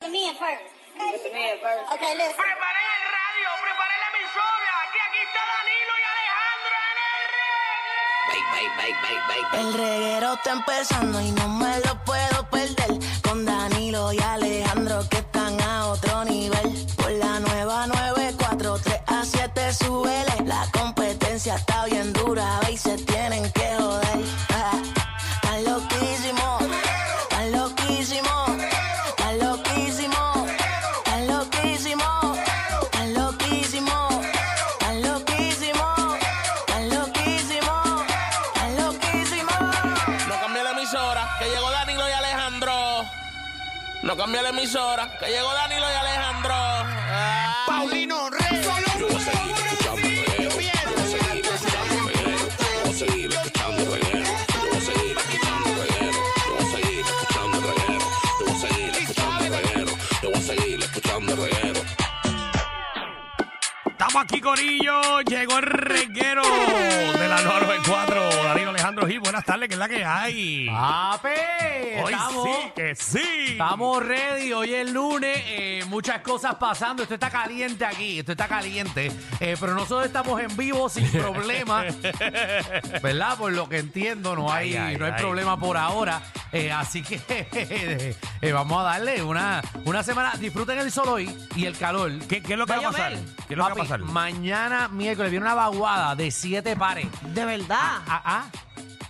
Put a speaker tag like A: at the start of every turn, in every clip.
A: The men first. The men first. Okay, listen.
B: Preparé el radio, preparé la emisora. Que aquí está Danilo y Alejandro en el reggae.
C: El reguero está empezando y no me lo puedo perder. Con Danilo y Alejandro que están a otro nivel. Por la nueva 943 a 7 súbele. La competencia está bien dura ve, y se tienen que joder. Ah, Están loquísimos, están loquísimos, están loquísimos, están loquísimos, están loquísimos, están loquísimos, están loquísimos, están loquísimos.
B: No cambie la emisora, que llegó Danilo y Alejandro. No cambie la emisora, que llegó Danilo y Alejandro. Paulino Rey. Yo voy a seguir escuchando reguero. Yo voy a seguir escuchando reguero. Yo voy a seguir escuchando reguero. Yo voy a seguir escuchando reguero. Yo voy a seguir escuchando reguero. Yo voy a seguir escuchando reguero. Yo voy a seguir escuchando reguero.
D: Estamos aquí, Corillo. Llegó el reguero de la 994. Danilo Alejandro Gil, buenas tardes, que es la que hay.
E: ¡Papi!
D: Hoy
E: Ah, Estamos,
D: sí, que sí.
E: estamos ready. Hoy es lunes, eh, muchas cosas pasando. Esto está caliente aquí, esto está caliente. Eh, pero nosotros estamos en vivo sin problema. ¿Verdad? Por lo que entiendo, no hay,
D: Ay, ay,
E: no hay
D: ay.
E: problema por ahora. Eh, así que eh, vamos a darle una, una semana. Disfruten el sol hoy y el calor.
D: ¿Qué- qué es lo que va a
E: Vaya
D: pasar?
E: ver.
D: ¿Qué es lo que va a
E: Papi,
D: pasar?
E: Mañana miércoles viene una vaguada de siete pares.
F: De verdad.
E: Ah, ah.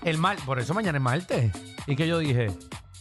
E: El mar, por eso mañana es martes. ¿Y qué yo dije?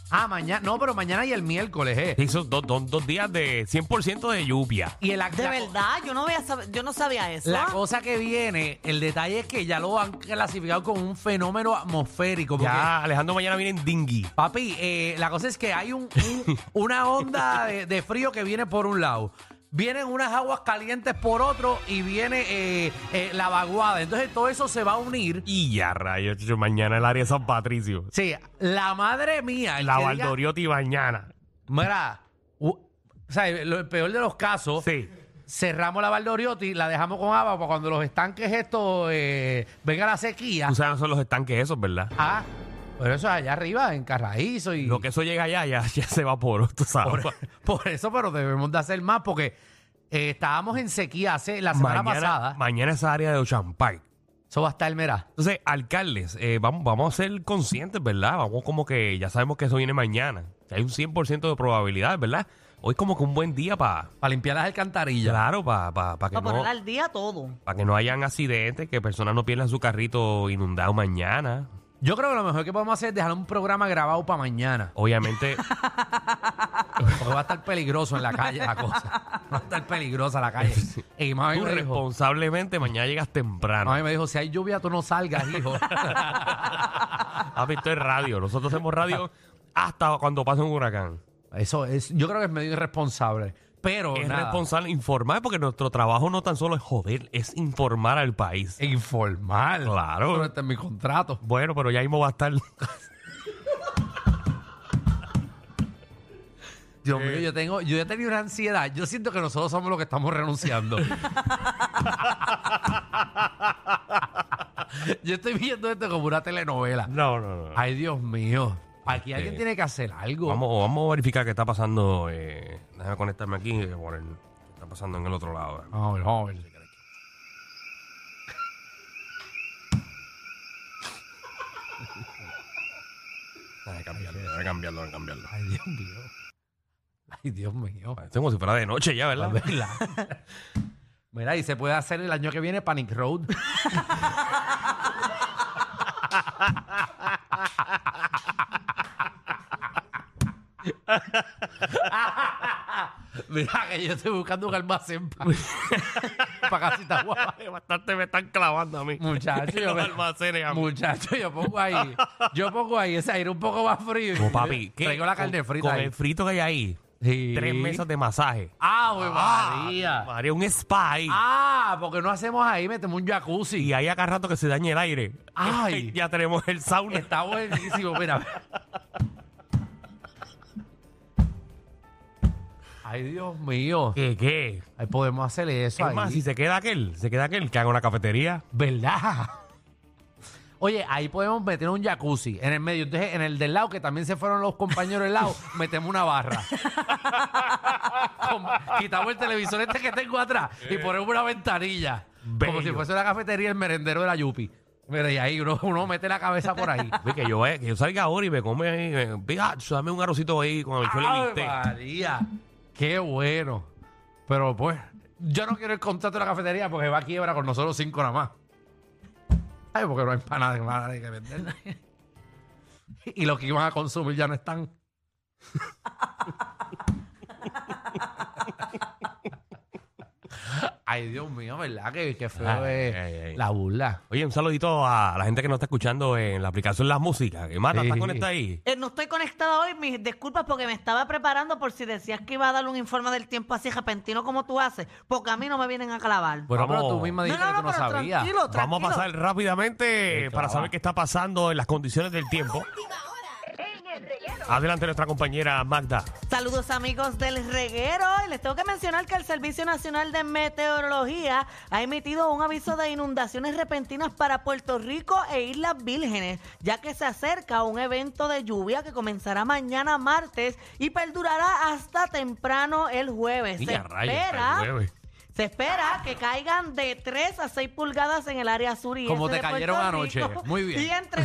E: Ah, mañana, no, pero mañana y el miércoles, eh.
D: Hizo dos, dos- dos días de 100% de lluvia.
E: Y el ac-
F: De
E: la co-
F: verdad, yo no, voy a sab- yo no sabía eso.
E: La cosa que viene, el detalle es que ya lo han clasificado como un fenómeno atmosférico. Porque,
D: Ya, Alejandro mañana viene en dinghy.
E: Papi, eh, la cosa es que hay un, un- una onda de, de frío que viene por un lado. Vienen unas aguas calientes por otro y viene eh, eh, la vaguada. Entonces todo eso se va a unir.
D: Y ya, rayos, chucho, mañana el área de San Patricio.
E: Sí, la madre mía. el
D: La
E: que diga-
D: Valdoriotti mañana.
E: Mira, u- o sea, lo, el peor de los casos,
D: Sí.
E: cerramos la Valdoriotti, la dejamos con agua para cuando los estanques estos eh, venga la sequía.
D: Tú sabes, no son los estanques esos, ¿verdad?
E: Ah, pero eso es allá arriba, en Carraízo y...
D: Lo que eso llega allá ya, ya se evaporó, tú sabes.
E: por, por eso, pero debemos de hacer más porque eh, estábamos en sequía hace la semana
D: mañana,
E: pasada.
D: mañana esa área de Ocean Park.
E: Eso va a estar, mira.
D: Entonces, alcaldes, eh, vamos, vamos a ser conscientes, ¿verdad? Vamos como que ya sabemos que eso viene mañana. Hay un 100% de probabilidad, ¿verdad? Hoy es como que un buen día para,
E: Para limpiar las alcantarillas.
D: claro, para pa, pa que,
F: Para poner
D: no,
F: al día todo.
D: pa que no hayan accidentes, que personas no pierdan su carrito inundado mañana.
E: Yo creo que lo mejor que podemos hacer es dejar un programa grabado para mañana.
D: Obviamente,
E: Porque va a estar peligroso en la calle la cosa. Va a estar peligrosa la calle. Y más
D: tú
E: bien me dijo,
D: responsablemente mañana llegas temprano.
E: mí me dijo, si hay lluvia, tú no salgas, hijo.
D: Has visto el radio. Nosotros hacemos radio hasta cuando pase un huracán.
E: Eso es, yo creo que es medio irresponsable. Pero
D: Es
E: nada,
D: responsable informar porque nuestro trabajo no tan solo es joder, es informar al país.
E: informal.
D: Claro.
E: Eso no está en mi contrato.
D: Eh, Bueno, pero ya mismo va a estar.
E: Dios mío, yo tengo, yo he tenido una ansiedad. Yo siento que nosotros somos los que estamos renunciando. yo estoy viendo esto como una telenovela.
D: No, no, no.
E: Ay, Dios mío. Aquí alguien
D: Eh,
E: tiene que hacer algo.
D: Vamos, vamos a verificar qué está pasando. eh, déjame conectarme aquí eh, por el- qué está pasando en el otro lado.
E: Vamos a ver, vamos a ver.
D: Déjame cambiarlo, déjame cambiarlo, déjame cambiarlo.
E: Ay, Dios mío. Ay, Dios mío.
D: Esto es como si fuera de noche ya,
E: A
D: ¿verdad?
E: verla. Mira, y se puede hacer el año que viene Panic Road. Mira que yo estoy buscando un almacén para casita guapa.
D: eh, Bastante me están clavando a mí.
E: Muchacho, yo,
D: Los almacenes a mí.
E: muchacho, yo pongo ahí, yo pongo ahí ese aire un poco más frío. y Oh,
D: Como papi, ¿qué?
E: Traigo la carne
D: Con-
E: frita
D: Con
E: ahí.
D: el frito que hay ahí. Sí. Tres mesas de masaje.
E: Ah, güey, María.
D: María, un spa ahí.
E: Ah, porque no hacemos ahí, metemos un jacuzzi.
D: Y ahí acá rato que se dañe el aire.
E: Ay.
D: ya tenemos el sauna.
E: Está buenísimo, mira. Ay, Dios mío.
D: ¿Qué, qué?
E: Ahí podemos hacer eso.
D: Es más,
E: ahí.
D: si se queda aquel, se queda aquel que haga una cafetería.
E: ¿Verdad? Oye, ahí podemos meter un jacuzzi en el medio. Entonces, en el del lado, que también se fueron los compañeros del lado, metemos una barra. Con- quitamos el televisor este que tengo atrás y ponemos una ventanilla. Como si
D: Bello.
E: fuese la cafetería el merendero de la Yupi. Mira, y ahí uno, uno mete la cabeza por ahí.
D: Ve que yo, eh, que yo salga ahora y me come ahí, eh, "Picacho, dame un arrocito ahí con habichuela y
E: ¡Ay,
D: bistec".
E: María! ¡Qué bueno! Pero pues, yo no quiero el contrato de la cafetería porque va a quiebra con nosotros cinco nada más. Ay, porque no hay para nada, nada que vender. y los que iban a consumir ya no están. Ay, Dios mío, ¿verdad? Qué, qué feo
D: Ay,
E: es
D: ay, ay.
E: la burla.
D: Oye, un saludito a la gente que nos está escuchando en la aplicación La Música. Que mata,
E: Sí.
D: ¿estás conectada ahí?
F: Eh, no estoy conectada hoy, mis disculpas porque me estaba preparando por si decías que iba a dar un informe del tiempo así repentino como tú haces, porque a mí no me vienen a clavar.
E: Bueno, pero
D: Vamos.
E: tú misma dijiste que tú no
F: pero
E: sabías.
F: tranquilo, tranquilo.
D: Vamos a pasar rápidamente
E: Sí,
D: para
E: claro.
D: saber qué está pasando en las condiciones del tiempo. Adelante nuestra compañera Magda.
F: Saludos amigos del reguero y les tengo que mencionar que el Servicio Nacional de Meteorología ha emitido un aviso de inundaciones repentinas para Puerto Rico e Islas Vírgenes, ya que se acerca un evento de lluvia que comenzará mañana martes y perdurará hasta temprano el jueves. Se
D: Niña, rayos,
F: espera-
D: ay, llueve.
F: se espera que caigan de 3 a 6 pulgadas en el área sur y
E: Como
F: este
E: te
F: de
E: cayeron
F: Puerto
E: anoche.
F: Rico
E: Muy bien.
F: Y entre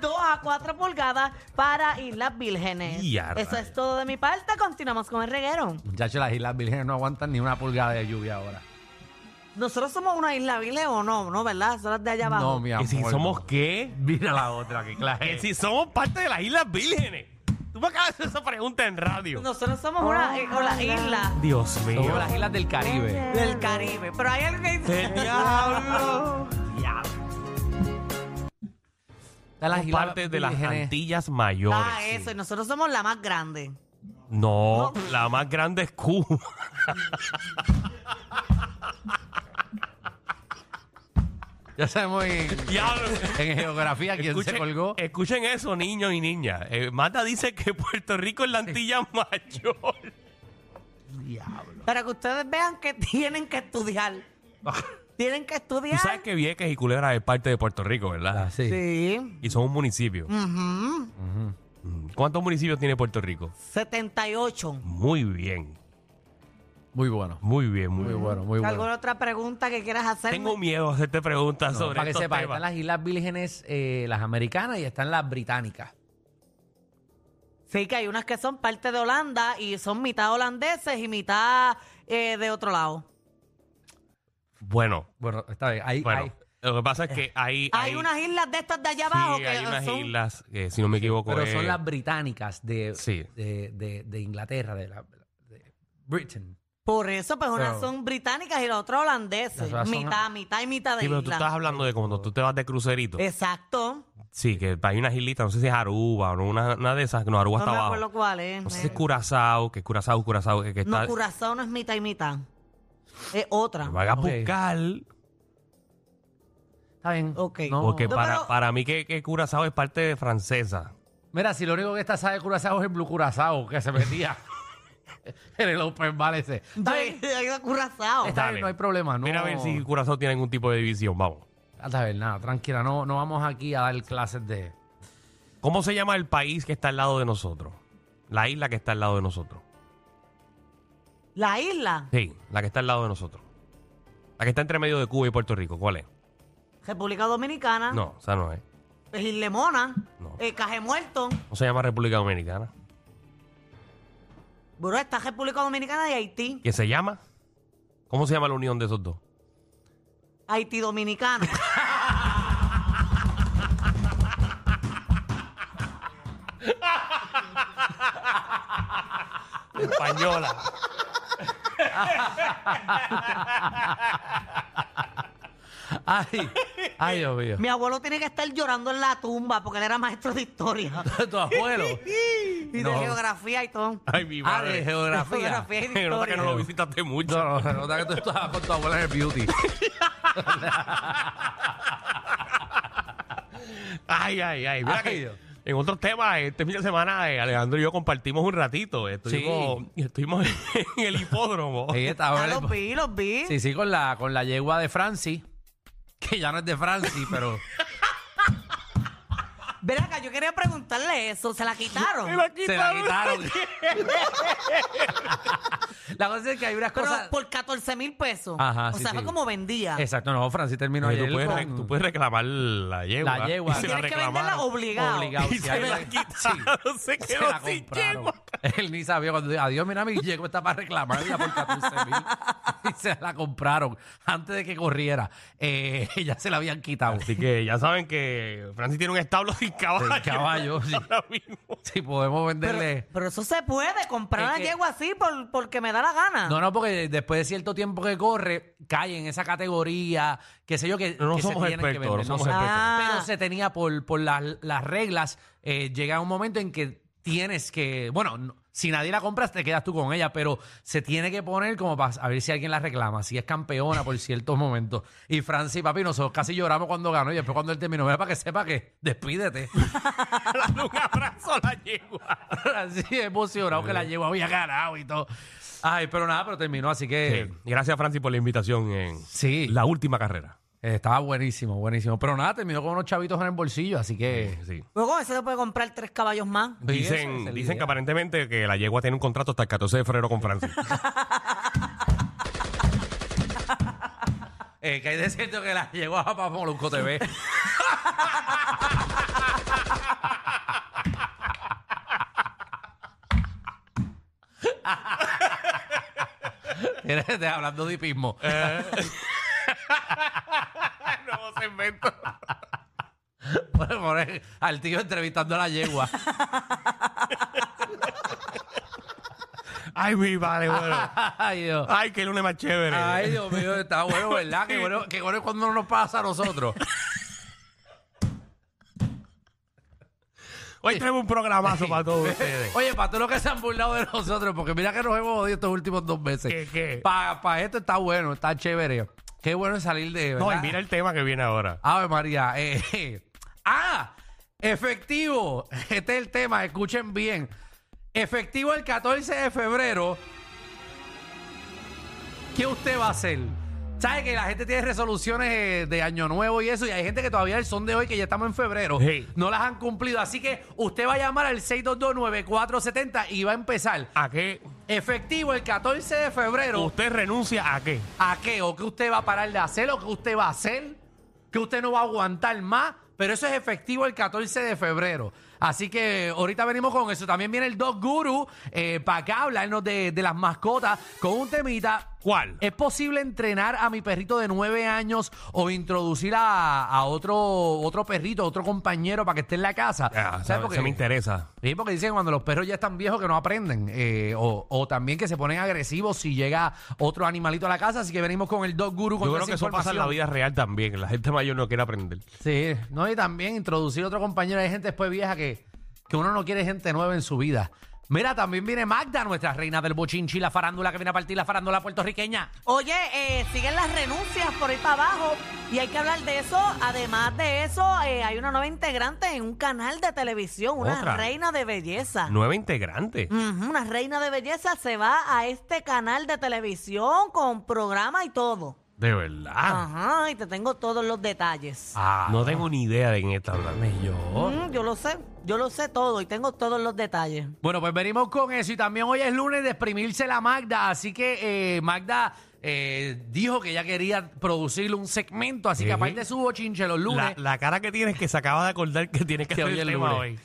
F: 2 a 4 pulgadas para Islas Vírgenes.
D: Y a
F: Eso
D: rayos.
F: es todo de mi parte. Continuamos con el reguero.
E: Muchachos, las Islas Vírgenes no aguantan ni una pulgada de lluvia ahora.
F: Nosotros somos una isla virgen o no, ¿no? ¿Verdad? Son las de allá abajo.
E: No, mi amor.
D: ¿Que si somos qué?
E: Mira la otra, que
D: Que
E: clase.
D: si somos parte de las Islas Vírgenes. Tú me acabas de hacer esa pregunta en radio.
F: Nosotros somos una, eh, o la isla
D: Dios mío.
E: Somos las islas del Caribe.
F: del Caribe. Pero hay alguien que dice-
E: Están las islas
D: parte de las
E: vírgenes.
D: Antillas Mayores.
F: Ah, eso. Y nosotros somos la más grande.
D: No, la más grande es Cuba.
E: Ya sabemos en,
D: Diablo.
E: en geografía quién se colgó.
D: escuchen eso, niños y niñas. Eh, Mata dice que Puerto Rico es la Antilla Mayor.
F: Para que ustedes vean que tienen que estudiar.
E: Ah.
F: tienen que
D: Tú
F: estudiar.
D: sabes que Vieques y Culebra es parte de Puerto Rico, ¿verdad?
E: Así.
F: Sí.
D: Y son un municipio.
F: Ujú.
D: Mm. ¿Cuántos municipios tiene Puerto Rico?
F: 78.
D: Muy bien,
E: Muy bueno.
D: muy bien, muy,
E: Muy
D: bien.
E: bueno, muy bueno.
F: ¿Alguna otra pregunta que quieras hacer?
D: Tengo miedo a hacerte preguntas
E: No,
D: sobre
E: para que
D: estos
E: sepa,
D: temas.
E: están las islas vírgenes, eh, las americanas y están las británicas.
F: Sí, que hay unas que son parte de Holanda y son mitad holandeses y mitad eh, de otro lado.
D: Bueno,
E: Bueno, está bien. Ahí,
D: bueno.
E: ahí.
D: Lo que pasa es que hay...
F: Hay, unas islas de estas de allá abajo
D: sí,
F: que
D: hay unas
F: son...
D: islas, eh, si no me equivoco.
E: Pero son
D: eh,
E: las británicas de,
D: Sí.
E: de, de- de Inglaterra, de, la, de Britain.
F: Por eso, pues unas
E: Pero-
F: son británicas y las otras holandeses.
E: Las otras son-
F: mitad, mitad y mitad de
D: Sí, pero tú
F: isla.
D: estás hablando de cuando tú te vas de crucerito.
F: Eh. Exacto.
D: Sí, que hay unas islitas, no sé si es Aruba o no, una, una de esas. No, Aruba
F: No
D: está
F: me
D: abajo.
F: acuerdo cuál es.
D: No sé si es Curazao, que es Curazao, Curazao, que, que
F: no,
D: está...
F: Curazao no es mitad y mitad. Es otra.
D: Me hagas
E: Ok.
D: buscar,
E: Está bien.
F: Ok.
E: No.
D: porque
F: No,
D: para,
F: pero-
D: para mí que, que Curazao es parte de francesa.
E: Mira, si lo único que está sabe Curazao es el Blue Curazao, que se metía en el Open Bar ese. Está bien.
F: Hay una Curazao.
E: Está bien,
D: Dale.
E: no hay problema. No,
D: Mira a ver si Curazao tiene algún tipo de división, vamos.
E: Está bien, nada, tranquila, no, no vamos aquí a dar clases de...
D: ¿Cómo se llama el país que está al lado de nosotros? La isla que está al lado de nosotros.
F: La isla,
D: Sí, la que está al lado de nosotros. La que está entre medio de Cuba y Puerto Rico, ¿cuál es?
F: República Dominicana.
D: No, esa no es.
F: Es Islemona,
D: No.
F: eh, Caje Muerto.
D: No se llama República Dominicana.
F: Bueno, está República Dominicana y Haití.
D: ¿Qué se llama? ¿Cómo se llama la unión de esos dos?
F: Haití Dominicano.
D: Española.
E: Ay, ay, Dios mío.
F: Mi abuelo tiene que estar llorando en la tumba porque él era maestro de historia.
E: tu abuelo.
F: Y de
E: No.
F: geografía y todo.
D: Ay, mi
E: Ah, de
D: madre.
E: geografía.
F: Geografía
D: Se
F: y
D: nota que
F: historia.
D: no lo visitaste mucho.
E: No, no, se nota que tú estabas con tu abuela en el beauty.
D: Ay, ay, ay. Mira
E: Ay,
D: que
E: Dios.
D: en otros temas, este fin de semana, eh, Alejandro y yo compartimos un ratito. Estuvimos, estuvimos en el hipódromo.
E: Ahí está,
F: Ah,
E: ¿verdad?
F: los vi, los vi.
E: Sí, sí, con la, con la yegua de Francis. Que ya no es de Francis, pero.
F: Ven acá, yo quería preguntarle eso. ¿Se la quitaron?
E: Se la quitaron. la cosa es que hay unas
F: Pero
E: cosas.
F: por 14 mil pesos.
E: Ajá,
F: o
E: sí,
F: sea,
E: sí.
F: fue como vendía.
E: Exacto, no, Francis terminó
D: Oye, Eh,
E: ayer.
D: tú, puedes, re-
E: con-
D: tú puedes reclamar la yegua.
E: La yegua.
D: Y se la
F: Tienes que venderla
D: reclamaron.
F: obligado.
E: Obligado.
D: Y se la quitaron. Se
E: Se
D: quedó
E: la
D: sin
E: compraron.
D: yegua.
E: Él ni sabía cuando dijo, adiós, mira, mi yegua está para reclamarla por 14 mil. Y se la compraron antes de que corriera. Eh, ya se la habían quitado.
D: Así que ya saben que Francis tiene un establo sin caballo.
E: Sin caballo, sí.
D: Ahora mismo.
E: Si podemos venderle.
F: pero, pero eso se puede, comprar
E: Es
F: la
E: que-
F: yegua así por, porque me da la gana.
E: No, no, porque después de cierto tiempo que corre, cae en esa categoría, qué sé yo, que
D: No
E: que se
D: somos
E: tienen que
D: expertos, no
E: vender,
D: somos
E: sé.
D: expertos.
F: Ah.
E: Pero se tenía por, por las, las reglas, eh, llega un momento en que tienes que, bueno, no- si nadie la compras, te quedas tú con ella, pero se tiene que poner como para a ver si alguien la reclama, si es campeona por ciertos momentos. Y Francis, papi, nosotros casi lloramos cuando ganó y después cuando él terminó, mira, para que sepa que despídete.
D: Dale un abrazo a la yegua.
E: así emocionado que la llevo, había ganado y todo. Ay, pero nada, pero terminó, así que...
D: Eh, gracias, Francis, por la invitación en
E: Sí.
D: la última carrera.
E: Eh, Estaba buenísimo, buenísimo. Pero nada, terminó con unos chavitos en el bolsillo, así que.
D: Sí.
F: Luego con eso se puede comprar tres caballos más.
E: esa es la
D: Dicen, dicen
E: idea.
D: que aparentemente que la yegua tiene un contrato hasta el 14 de febrero con Francis.
E: Eh, que hay de cierto que la llegó a Papá Molusco TV. Tienes- te- este hablando de hipismo.
D: Nuevo segmento.
E: Por- por el- al tío entrevistando a la yegua.
D: Ay, mi padre, bueno.
E: Ay, Dios.
D: Ay, qué lunes más chévere.
E: Ay, Dios mío, está bueno, ¿verdad? Qué bueno, qué bueno es cuando no nos pasa a nosotros.
D: Hoy tenemos un programazo para todos ustedes.
E: Oye, para todos los que se han burlado de nosotros, porque mira que nos hemos jodido estos últimos dos meses.
D: ¿Qué, qué?
E: Para esto está bueno, está chévere. Qué bueno es salir de.
D: No, y
E: ¿verdad?
D: mira el tema que viene ahora.
E: Ave María. eh, eh. ¡Ah! Efectivo. Este es el tema, escuchen bien. Efectivo el 14 de febrero. ¿Qué usted va a hacer? ¿Sabe que la gente tiene resoluciones eh, de año nuevo y eso? Y hay gente que todavía el son de hoy, que ya estamos en febrero,
D: Sí.
E: no las han cumplido. Así que usted va a llamar al 622-9470 y va a empezar.
D: ¿A qué?
E: Efectivo el 14 de febrero.
D: ¿Usted renuncia a qué?
E: ¿A qué? ¿O qué usted va a parar de hacer? ¿O qué usted va a hacer? ¿Que usted no va a aguantar más? Pero eso es efectivo el 14 de febrero. Así que ahorita venimos con eso. También viene el Dog Guru eh, para acá hablarnos de, de las mascotas con un temita.
D: ¿Cuál?
E: ¿Es posible entrenar a mi perrito de nueve años o introducir a, a otro, otro perrito, otro compañero para que esté en la casa?
D: Ah,
E: ¿Sabes
D: sabe,
E: por
D: se
E: qué?
D: me interesa.
E: Sí, porque dicen que cuando los perros ya están viejos que no aprenden. eh, o, o también que se ponen agresivos si llega otro animalito a la casa. Así que venimos con el Dog Guru con
D: Yo
E: toda
D: creo
E: esa
D: que eso pasa en la
E: información.
D: vida real también. La gente mayor no quiere aprender.
E: Sí, no, y también introducir otro compañero. Hay gente después vieja que, que uno no quiere gente nueva en su vida. Mira, también viene Magda, nuestra reina del bochinchi, la farándula que viene a partir la farándula puertorriqueña.
F: Oye, eh, siguen las renuncias por ahí para abajo y hay que hablar de eso. Además de eso, eh, hay una nueva integrante en un canal de televisión, una
D: Otra.
F: reina de
E: Ah.
F: belleza.
D: Nueva integrante.
E: Mm.
F: Ujú, Una reina de belleza se va a este canal de televisión con programa y todo.
D: De verdad.
F: Ajá, y te tengo todos los detalles.
E: Ah,
D: No tengo ni idea de en esta hablando. oh.
E: yo.
F: Mm, yo lo sé, yo lo sé todo y tengo todos los detalles.
E: Bueno, pues venimos con eso y también hoy es lunes de exprimirse la Magda, así que eh, Magda eh, dijo que ya quería producirle un segmento, así que
D: Ujú.
E: aparte subo chinche los
D: La,
E: lunes.
D: la cara que tienes que se acaba de acordar que tienes que
E: Que
D: hacer
E: hoy
D: el
E: es
D: tema
E: lunes.
D: hoy.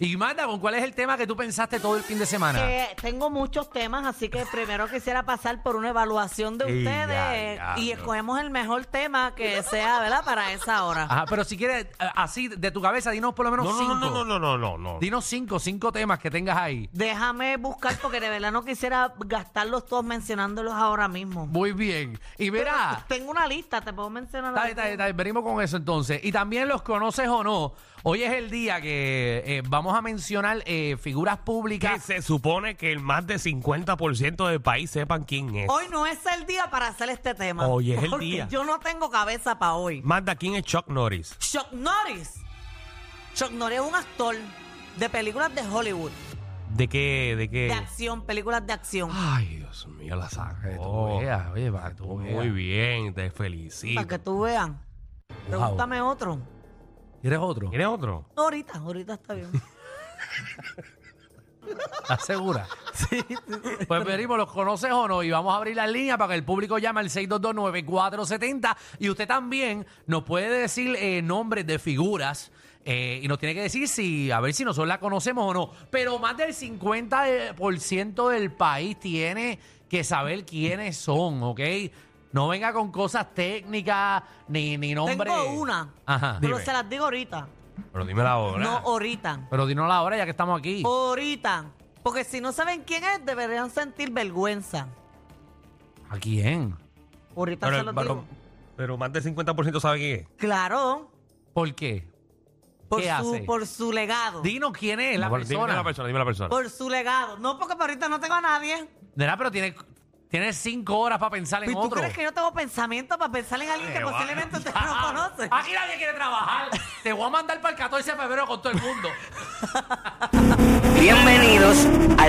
E: Y Magda, ¿con cuál es el tema que tú pensaste todo el fin de semana?
D: Ah.
F: Que tengo muchos temas, así que primero quisiera pasar por una evaluación de
D: Y
F: ustedes
D: ya,
F: eh,
D: ya,
F: y
D: ya.
F: escogemos el mejor tema que sea, ¿verdad? Para esa hora.
D: Ah.
E: Ajá, pero si quieres, eh, así de tu cabeza, dinos por lo menos
D: No, no,
E: cinco.
D: no, no, no, no, no, no.
E: Dinos cinco, cinco temas que tengas ahí.
F: Déjame buscar porque de verdad no quisiera gastarlos todos mencionándolos ahora mismo.
E: Muy bien. Y verá.
F: Tengo una lista, te puedo mencionar.
E: Está bien, está bien, está bien. Venimos con eso entonces. Y también los conoces o no. Hoy es el día que eh, vamos vamos a mencionar eh, figuras públicas.
D: Que se supone que el más de 50% del país sepan quién es.
F: Hoy no es el día para hacer este tema.
D: Hoy es el
F: porque
D: día.
F: Yo no tengo cabeza para hoy.
D: Magda, ¿quién es Chuck Norris?
F: Chuck Norris. Chuck Norris es un actor de películas de Hollywood,
D: ¿De qué? ¿De qué?
F: de acción, películas de acción.
D: Ay, Dios mío, la
E: Para que tú
D: sacó.
E: veas, Oh, oye, para que tú
D: Muy
E: veas.
D: bien, te felicito.
F: Para que tú veas. Pregúntame otro.
E: ¿Quieres otro?
D: ¿Tienes otro?
F: Ahorita, ahorita está bien.
E: ¿Estás segura? sí. Pues venimos, ¿los conoces o no? Y vamos a abrir la línea para que el público llame al 6229470. Y usted también nos puede decir eh, nombres de figuras. eh, y nos tiene que decir si, a ver si nosotros la conocemos o no. Pero más del 50% del país tiene que saber quiénes son, ¿ok? No venga con cosas técnicas ni, ni nombres.
F: Tengo una.
E: Ajá.
F: Pero
D: dime.
F: se las digo ahorita.
D: Pero dime la hora.
F: No, ahorita.
E: Pero dinos la hora ya que estamos aquí.
F: Oh. Ahorita. Porque si no saben quién es, deberían sentir vergüenza.
E: ¿A quién?
F: Ahorita se
D: pero,
F: los
D: pero-
F: digo.
D: pero más del 50% sabe quién es.
F: Claro.
E: ¿Por qué?
F: Por
E: ¿Qué
F: su,
E: hace?
F: por su legado.
E: Dinos quién es la
D: No, pero
E: persona.
D: Dime la persona, dime la persona.
F: Por su legado. No, porque por ahorita no tengo a nadie.
E: Nena, pero tiene, tiene cinco horas para pensar
F: ¿Y
E: en
F: tú
E: otro.
F: crees que yo tengo pensamiento para pensar en alguien que
D: Eh, va.
F: posiblemente usted no conoce?
E: Ah, Aquí nadie quiere trabajar. Te voy a mandar para el 14 de febrero con todo el mundo.
G: Bienvenidos al